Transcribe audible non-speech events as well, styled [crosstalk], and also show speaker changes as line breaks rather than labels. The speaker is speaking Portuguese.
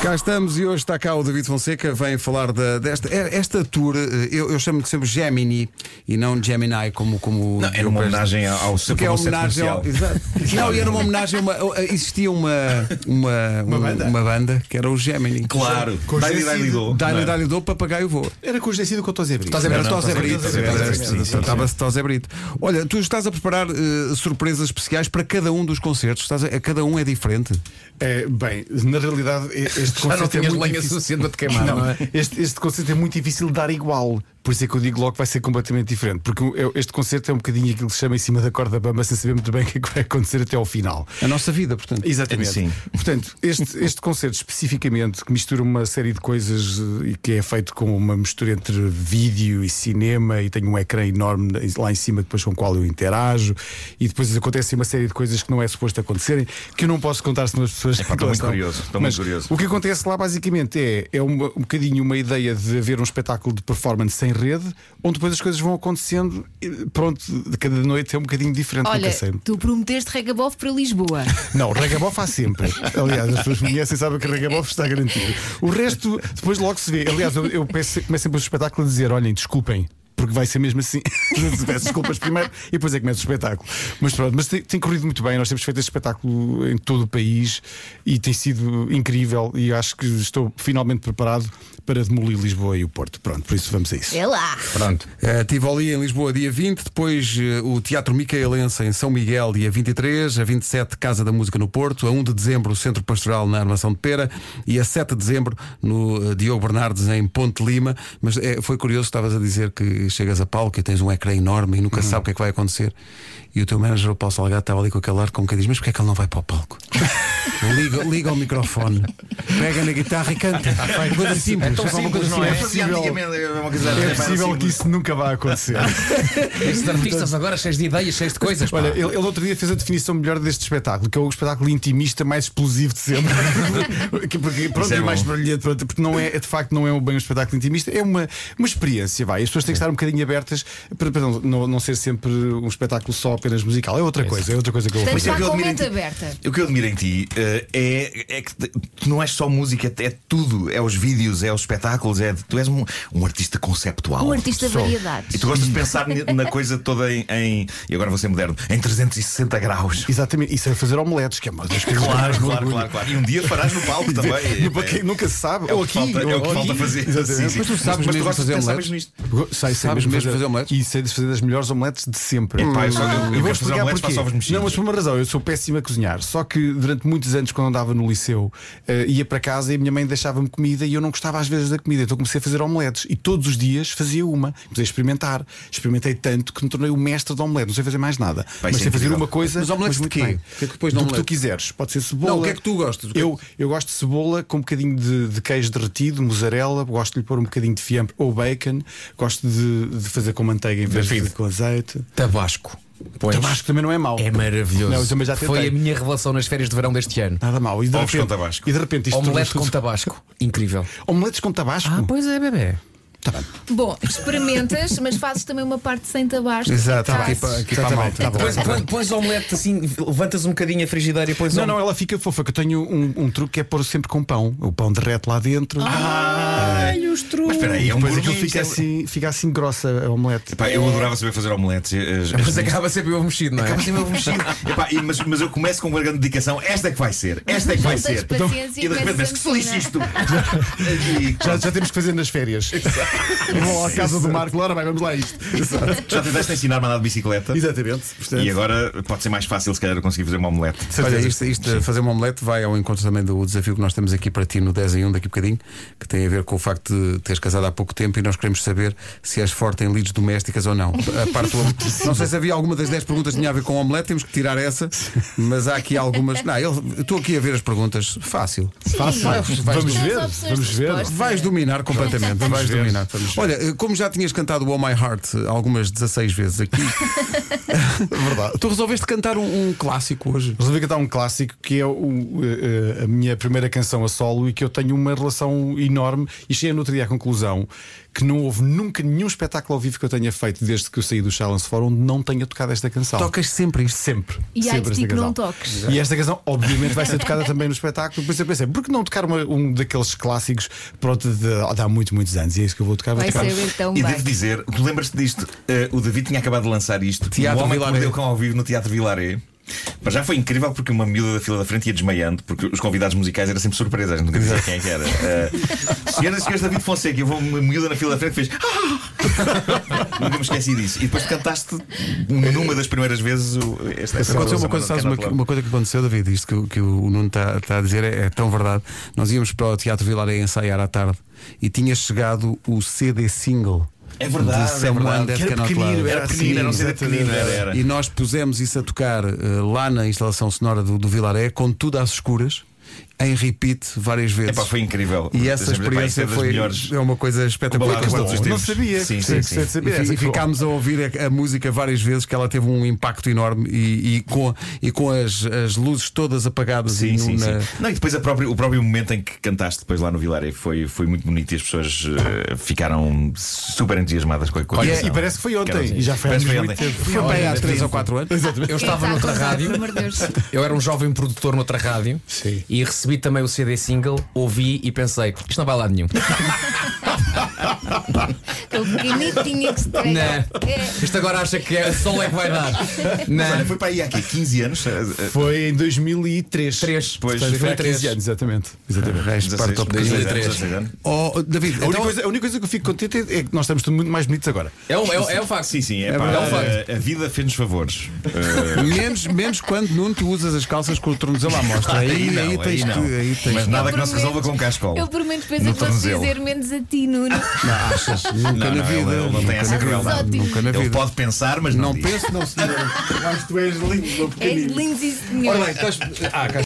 Cá estamos e hoje está cá o David Fonseca, vem falar da, desta é- esta tour, eh, eu, eu chamo-lhe sempre Gemini e não Gemini como. como
Não, era uma
eu-
homenagem ao- ao seu
Porque é
conceito
homenagem ao,
comercial.
exato. Não, e era uma homenagem, a uma, existia uma, uma, uma,
banda?
uma banda que era o Gemini.
Claro, Daily Daily Do.
Dá-lhe,
não é?
dá-lhe dou, papagaio vou.
Era com os descido com o Tose Brito.
Tose Brito,
não,
Tose
Tose
é Brito.
Brito, Tose Brito, sim, sim,
Tratava-se de Tose Brito. Olha, tu estás a preparar eh, surpresas especiais para cada um dos concertos. Estás a, a cada um é diferente.
É, bem, na realidade, e- este
[laughs] Já não
conceito é
tinhas
muito
lenha
difícil.
suficiente para te queimar, não,
Não,
é?
este, este concerto é muito difícil de dar igual. Por isso é que eu digo logo que vai ser completamente diferente. Porque eu- este concerto é um bocadinho aquilo que se chama em cima da corda bamba, sem saber muito bem o que é que vai acontecer até ao final.
A nossa vida, portanto.
Exatamente.
Sim.
Portanto, este, este concerto especificamente, que mistura uma série de coisas eh, e que é feito com uma mistura entre vídeo e cinema, e tem um ecrã enorme na- lá em cima, depois com o qual eu interajo, e depois acontece uma série de coisas que não é suposto acontecerem, que eu não posso contar senão as pessoas.
Epá, estou
lá
muito
estão.
curioso, estou
Mas
muito curioso.
O que acontece lá basicamente é, é uma- um bocadinho uma ideia de haver um espetáculo de performance sem rede, onde depois as coisas vão acontecendo, e, pronto, de cada noite é um bocadinho diferente,
Olha,
nunca sei.
tu prometeste regabof para Lisboa.
Não, Regabof há sempre. Aliás, as pessoas que me conhecem sabem que Regabof está garantido. O resto, depois logo se vê. Aliás, eu, eu peço, começo sempre o espetáculo a dizer: olhem, desculpem. Porque vai ser mesmo assim. [laughs] Peço desculpas primeiro e depois é que começa o espetáculo. Mas pronto, mas tem, tem corrido muito bem. Nós temos feito este espetáculo em todo o país e tem sido incrível. E acho que estou finalmente preparado para demolir Lisboa e o Porto. Pronto, por isso vamos a isso.
É lá.
Pronto.
Eh, Tivoli em Lisboa, dia 20, depois eh, o Teatro Micaelense em São Miguel, dia 23, a 27, Casa da Música no Porto, a 1 de dezembro, o Centro Pastoral na Armação de Pera e a 7 de dezembro, no eh, Diogo Bernardes em Ponte Lima. Mas eh, foi curioso, estavas a dizer que chegas a palco e tens um ecrã enorme e nunca
Uhum.
sabes o que é que vai acontecer. E o teu manager, o Paulo Salgado, estava ali com aquele ar como que diz: Mas porquê é que ele não vai para o
[laughs]
palco? liga, liga o microfone, pega na guitarra e
[laughs]
canta. Coisa simples,
É tão
só uma coisa
simples, não é?
simples.
Fazia
possível.
antigamente, é uma coisa-
É
era
possível
assim,
que isso nunca vá acontecer.
Estes artistas agora cheios de ideias, cheios de coisas. pá.
Olha, ele, ele outro dia fez a definição melhor deste espetáculo, que é o espetáculo intimista mais explosivo
[laughs]
de sempre. Que- porque, pronto,
Isso é
e mais
bom.
brilhante, pronto, porque não é, de facto, não é um bem um espetáculo intimista, é uma, uma experiência, vai. As pessoas têm que estar um bocadinho abertas para, para não- não, não ser sempre um espetáculo só apenas musical. É outra coisa, é outra coisa que eu vou
Tem que
fazer.
estar com a
admiro em
mente
ti.
aberta.
O que eu admiro em ti eh, é, é que te- tu não és só música, é tudo. É os vídeos, é os espetáculos, é, tu és um, um artista conceptual.
Um artista de
Só.
variedades.
E tu gostas de
[laughs]
pensar ne- na coisa toda em, em- E agora vou ser moderno. Em 360 graus.
Exatamente, isso é fazer omeletes, que é uma das coisas
Claro,
mais
claro,
orgulho.
claro, claro. E um dia farás no palco também.
E para quem [laughs] nunca se sabe,
É
ou
o que
aqui,
falta, é
ou
o que
aqui.
falta fazer.
Exatamente.
Sim, sim.
Mas tu sabes
mas tu
mesmo
gostas de
fazer
pensar
omeletes?
mesmo nisto.
Sei, sei
Sabes mesmo fazer omeletes?
E sei de fazer das melhores omeletes de sempre.
Epá, eu só- eu- eu
E
gosto de
vou
fazer
explicar
omeletes,
porquê.
faço ovos mexidos.
Não, mas por uma razão, eu sou péssimo a cozinhar. Só que durante muitos anos, quando andava no liceu, eh, ia para casa e a minha mãe deixava-me comida e eu não gostava às vezes da comida. Então comecei a fazer omeletes e todos os dias fazia uma. Comecei a experimentar. Experimentei tanto que me tornei o mestre de omelete. Não sei fazer mais nada. mas
isso é
sei fazer
incrível.
uma coisa.
Mas omeletes de
muito
quê?
bem.
O que é que depois
Do
no
que tu
omelete?
quiseres. Pode ser cebola.
Não, o que é que tu gostas? O que é que
Eu, eu gosto de cebola com um bocadinho de, de queijo derretido, mussarela, gosto de lhe pôr um bocadinho de fiambre ou bacon, gosto de, de fazer com manteiga em vez de
David.
com azeite.
Tabasco. Pois.
Tabasco também não é mau.
É maravilhoso.
Não, eu também já
Foi
tentei.
a minha revelação nas férias de verão deste ano.
Nada mau. E de,
Ovos
repente,
com tabasco.
e de repente isto Uh.
Omelete com
torna-se-
tabasco. Incrível.
Omeletes com tabasco?
Ah, pois é, bebê.
Tá bem.
Bom, experimentas, mas fazes também uma parte sem tabasco.
Exato,
Fazes.
aqui para, aqui para a
Exatamente,
malta.
tá bom.
Pões, põe- pões omelete assim, levantas um bocadinho a frigideira e pões
Não,
omelete.
não, ela fica fofa, que eu tenho um, um truque que é pôr sempre com pão. O pão derrete lá dentro.
Ai, os truques.
Espera aí,
e
é um
depois
gourmet,
aquilo
isto
fica
é-
assim, fica assim grossa a omelete.
Epá, eu adorava saber fazer omeletes. eh, As- as [laughs]
Mas acaba sempre ovo mexido, não é?
Acaba sempre ovo mexido. Epá, e- mas, mas eu começo com uma grande dedicação. Esta é que vai ser. Esta é que vai
Mas não tens
ser.
paciência
e de
e
repente
começas
penso que
a
feliz isto. [laughs] E
Já, já temos que fazer nas férias. [laughs] Vou à casa do Marco, Laura, vai, vamos lá a isto.
já tentaste ensinar-me a andar de bicicleta.
Exatamente. portanto.
E agora pode ser mais fácil, se calhar, eu conseguir fazer uma omelete.
Olha, isto, isto de fazer uma omelete vai ao encontro também do desafio que nós temos aqui para ti no 10 em 1 daqui a bocadinho, que tem a ver com o facto de teres casado há pouco tempo e nós queremos saber se és forte em lides domésticas ou não. A parte
[laughs]
do- não sei se havia alguma das 10 perguntas que tinha a ver com omelete, temos que tirar essa, mas há aqui algumas. Não, ele- eu estou aqui a ver as perguntas. Fácil.
Sim.
Vamos
Temos
ver,
opções
vamos
de
ver.
resposta.
Vais dominar completamente. vais
ver,
dominar.
vamos ver.
Olha, eh, como já tinhas cantado o Oh My Heart eh, algumas 16 vezes aqui,
[laughs]
[laughs]
Verdade.
tu resolveste cantar um, um clássico hoje.
Resolvi cantar um clássico que é o, eh, eh, a minha primeira canção a solo e que eu tenho uma relação enorme. E cheguei no outro outro dia à conclusão que não houve nunca nenhum espetáculo ao vivo que eu tenha feito desde que eu saí do Silence Forum onde não tenha tocado esta canção.
Tocas sempre isto.
Sempre.
E
sempre
ai de ti que
esta
não
canção.
toques.
E esta canção, obviamente, vai ser tocada também no espetáculo. Por isso eu pensei, por que não tocar uma- um daqueles clássicos pronto, de, de há muito, muitos anos? E é isso que eu vou tocar. Vou
Vai
tocar.
saber tão
E
bem.
devo dizer, tu lembras-te disto? Eh, o David tinha acabado de lançar isto.
Teatro
o homem
Vilaré.
que mordeu o cão ao vivo no Teatro Vilaré. Mas já foi incrível porque uma miúda da fila da frente ia desmaiando, porque os convidados musicais era sempre surpresa, a gente nunca dizia quem é que
[laughs]
era. Eh, senhoras e senhores, David Fonseca, eu vou uma miúda na fila da frente que fez. "Ah!" nunca me esqueci disso. E depois cantaste numa das primeiras vezes o, esta esta
Aconteceu
canção
uma coisa, sabes,
chamada Cannot
uma,
Love.
uma coisa que aconteceu, David, isto que, o- que o Nuno está está a dizer é, é tão verdade. Nós íamos para o Teatro Vilaré ensaiar à tarde e tinha chegado o CD single.
É verdade,
de
é
Someone
verdade.
That
Que era
Cannot
pequenino,
Love.
era pequenino, era um CD pequenino, era, era.
E nós pusemos isso a tocar eh, lá na instalação sonora do, do Vilaré, com tudo às escuras, em repeat várias vezes.
Epá, foi incrível.
E essa
Epá, isto é
experiência
das
foi
melhores
é uma coisa espetacular.
baladas de todos os
Não
tempos.
Não sabia.
Sim,
Gostei-
sim, sim.
gostei de saber.
e, fi-
Essa-
e ficámos a ouvir a, a música várias vezes, que ela teve um impacto enorme e, e com, e com as, as luzes todas apagadas e
Sim, sim,
nenhuma-
sim. Não, e depois a própria- o próprio momento em que cantaste depois lá no Vilaré foi, foi muito bonito e as pessoas eh, ficaram super entusiasmadas com a coisa. assim.
e parece que foi ontem, e já foi há
É. parece que foi
muito
ontem.
tempo.
Foi bem há 3 ou 4 anos.
Eu estava
Quem está a
noutra
contar,
rádio.
pelo amor de Deus?
Eu era um jovem produtor noutra rádio
Sim.
e recebi também o CD single, ouvi e pensei, isto não vai lá nenhum.
Aquele pequenininho que se entrega.
Não.
É.
Isto agora acha que é o sol é que vai dar.
Mas olha,
Não.
foi para aí há quê? 15 anos? Eh, eh,
Foi em 2003.
Três.
Pois,
Portanto,
foi
foi
há
há 15
três.
anos, exatamente.
Exatamente. Resto
16,
para top
16.
16 anos,
2003.
16 anos.
Oh, David,
A única,
então,
coisa, a única coisa que eu fico contente é é que nós estamos muito mais bonitos agora.
É um, é um, é um facto.
Sim, sim, é,
É
pá,
verdade.
eh, a, vida fez-nos favores. Eh,
menos, menos quando Nuno tu usas as calças com o tornozelo à mostra. Ah, Aí, aí,
Ah, Eh, não,
tens que.
não.
Aí tens
Mas nada que não se
prometo-
resolva com um cascolo.
Eu prometo depois
No
eu posso
tornozelo.
dizer menos a ti, Nuno.
Não, achas? Nunca
Não,
na
não,
vida.
ele- ele não tem
nunca
essa
na
crueldade.
vida. Nunca na
Ele
vida.
pode pensar, mas não,
Não
diz.
penso, não, senhor. Mas tu és lindo, meu
És
pequenino.
lindo e É senhor.
estás. Ah, cá